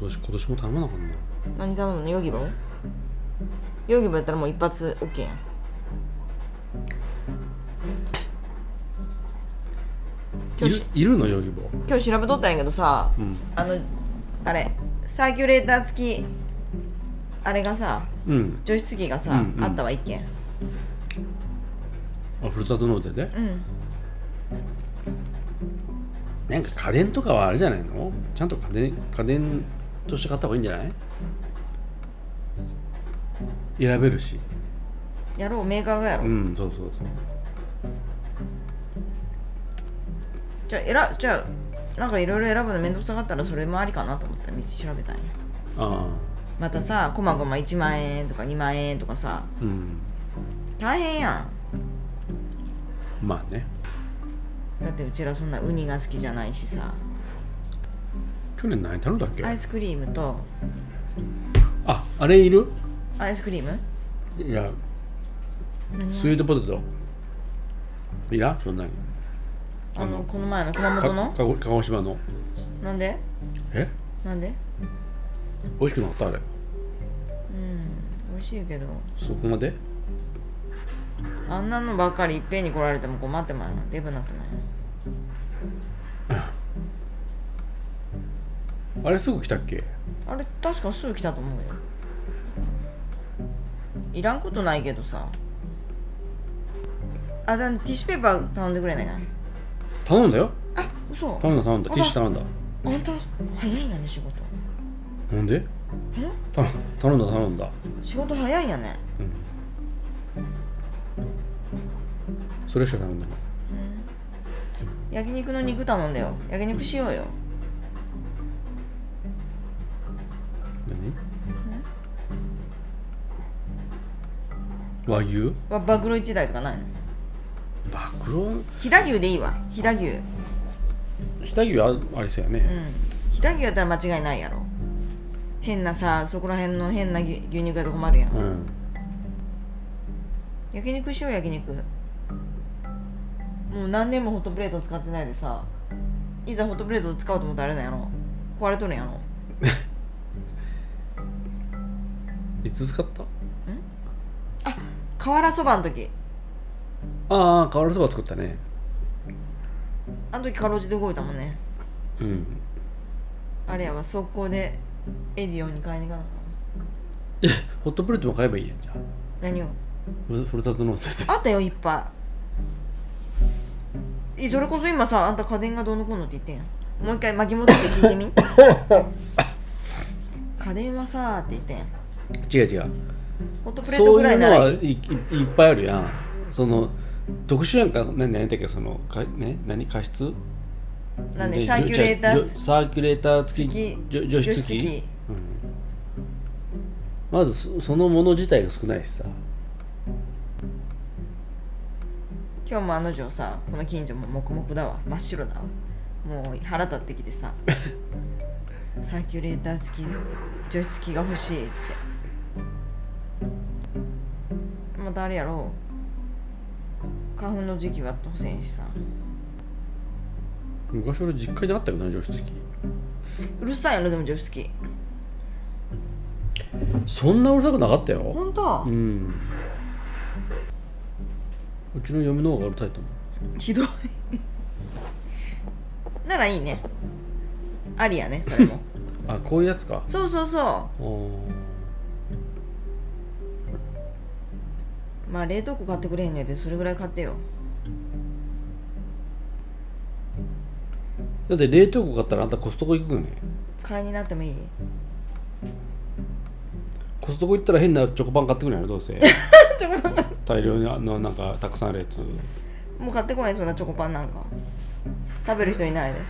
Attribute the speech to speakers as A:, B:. A: 年今年も頼まなあかんな
B: 何頼むのヨギボンヨギボンやったらもう一発 OK やん
A: い
B: 今
A: る
B: 日
A: いるのヨギボー
B: 今日調べとったんやけどさ、
A: うん
B: あのあれサーキュレーター付きあれがさ
A: うん
B: 除湿機がさ、
A: うんうん
B: あったわ一件
A: あふるさと納税で
B: うん
A: なんか家電とかはあれじゃないのちゃんと家電家電として買った方がいいんじゃない選べるし
B: やろうメーカーがやろう、
A: うんそうそうそう
B: じゃあ選じゃあなんかいろいろ選ぶの面倒くさかったらそれもありかなと思ったら別に調べたんや
A: ああ
B: またさこまごま1万円とか2万円とかさ
A: うん
B: 大変やん
A: まあね
B: だってうちらそんなウニが好きじゃないしさ
A: 去年何頼んだっけ
B: アイスクリームと
A: ああれいる
B: アイスクリーム
A: いや
B: 何
A: スイートポテトいらんそんなに
B: あ
A: あ
B: の
A: の
B: この前の熊
A: か
B: 本の
A: かご鹿児島の
B: なんで
A: え
B: なんで
A: 美味しくなかったあれ
B: うん美味しいけど
A: そこまで
B: あんなのばっかりいっぺんに来られても困ってまうよデブになってまうよ
A: あれすぐ来たっけ
B: あれ確かすぐ来たと思うよいらんことないけどさあだティッシュペーパー頼んでくれないかな
A: 頼んだよ
B: あ嘘
A: 頼んだ頼んだティッシュ頼んだ
B: 本当早いんやね仕事
A: なんでた頼んだ頼んだ
B: 仕事早いんやね
A: それしか頼んだの
B: 焼肉の肉頼んだよ焼肉しようよ
A: 何和牛
B: わバグロ一台とかないの
A: バクロ
B: 飛騨牛でいいわ飛騨牛うん
A: 飛騨牛あありそうやね、
B: 飛騨牛やったら間違いないやろ変なさそこら辺の変な牛牛肉やと困るやん、
A: うん
B: 焼肉しよう焼肉もう何年もホットプレート使ってないでさいざホットプレート使おうと思ったらあれなんやろ壊れとるんやろ
A: いつ使った
B: 瓦そばの時
A: ああ瓦そば作ったね
B: あの時かろうじて動いたもんね
A: うん
B: あれやわ速攻でエディオンに買いに行かなあかん
A: ホットプレートも買えばいいやんじゃあ
B: 何を
A: ふるふるさと納税で
B: あったよいっぱいえそれこそ今さあんた家電がどうのこうのって言ってんやんもう一回巻き戻って聞い てみ家電はさーって言ってんやん
A: 違う違う
B: ホットプレート
A: そ
B: ぐ
A: う
B: ら
A: い
B: いうな
A: の
B: ら
A: はいい
B: い
A: いいっぱいあるやんその特殊やんかな何やったっけそのか、ね、何加湿
B: なんで
A: じょ
B: サーキュレータ
A: じょ
B: ー
A: サーキュレーター付き
B: 付き
A: 除除湿
B: 除湿
A: 機
B: 器、
A: うん、まずそそのもの自体が少ないしさ
B: 今日もあの女さこの近所も黙々だわ真っ白だわもう腹立ってきて さサーキュレーター付き除湿機が欲しいってまたあれやろう花粉の時期は当選しさ
A: 昔俺実家にあったよな除湿機
B: うるさいよねでも除湿機
A: そんなうるさくなかったよ
B: 本当
A: う、んうちの嫁の方がうるさいと思
B: ひどい ならいいねありやねそれ も
A: うあこういうやつか
B: そうそうそ
A: あー
B: うまあ冷凍庫買ってくれへんのやでそれぐらい買ってよ
A: だって冷凍庫買ったらあんたコストコ行くよね
B: 買いになってもいい
A: コストコ行ったら変なチョコパン買ってくるんやろどうせ
B: チョコパン
A: 大量にあのなんかたくさんあるやつ
B: もう買ってこないそんなチョコパンなんか食べる人いないで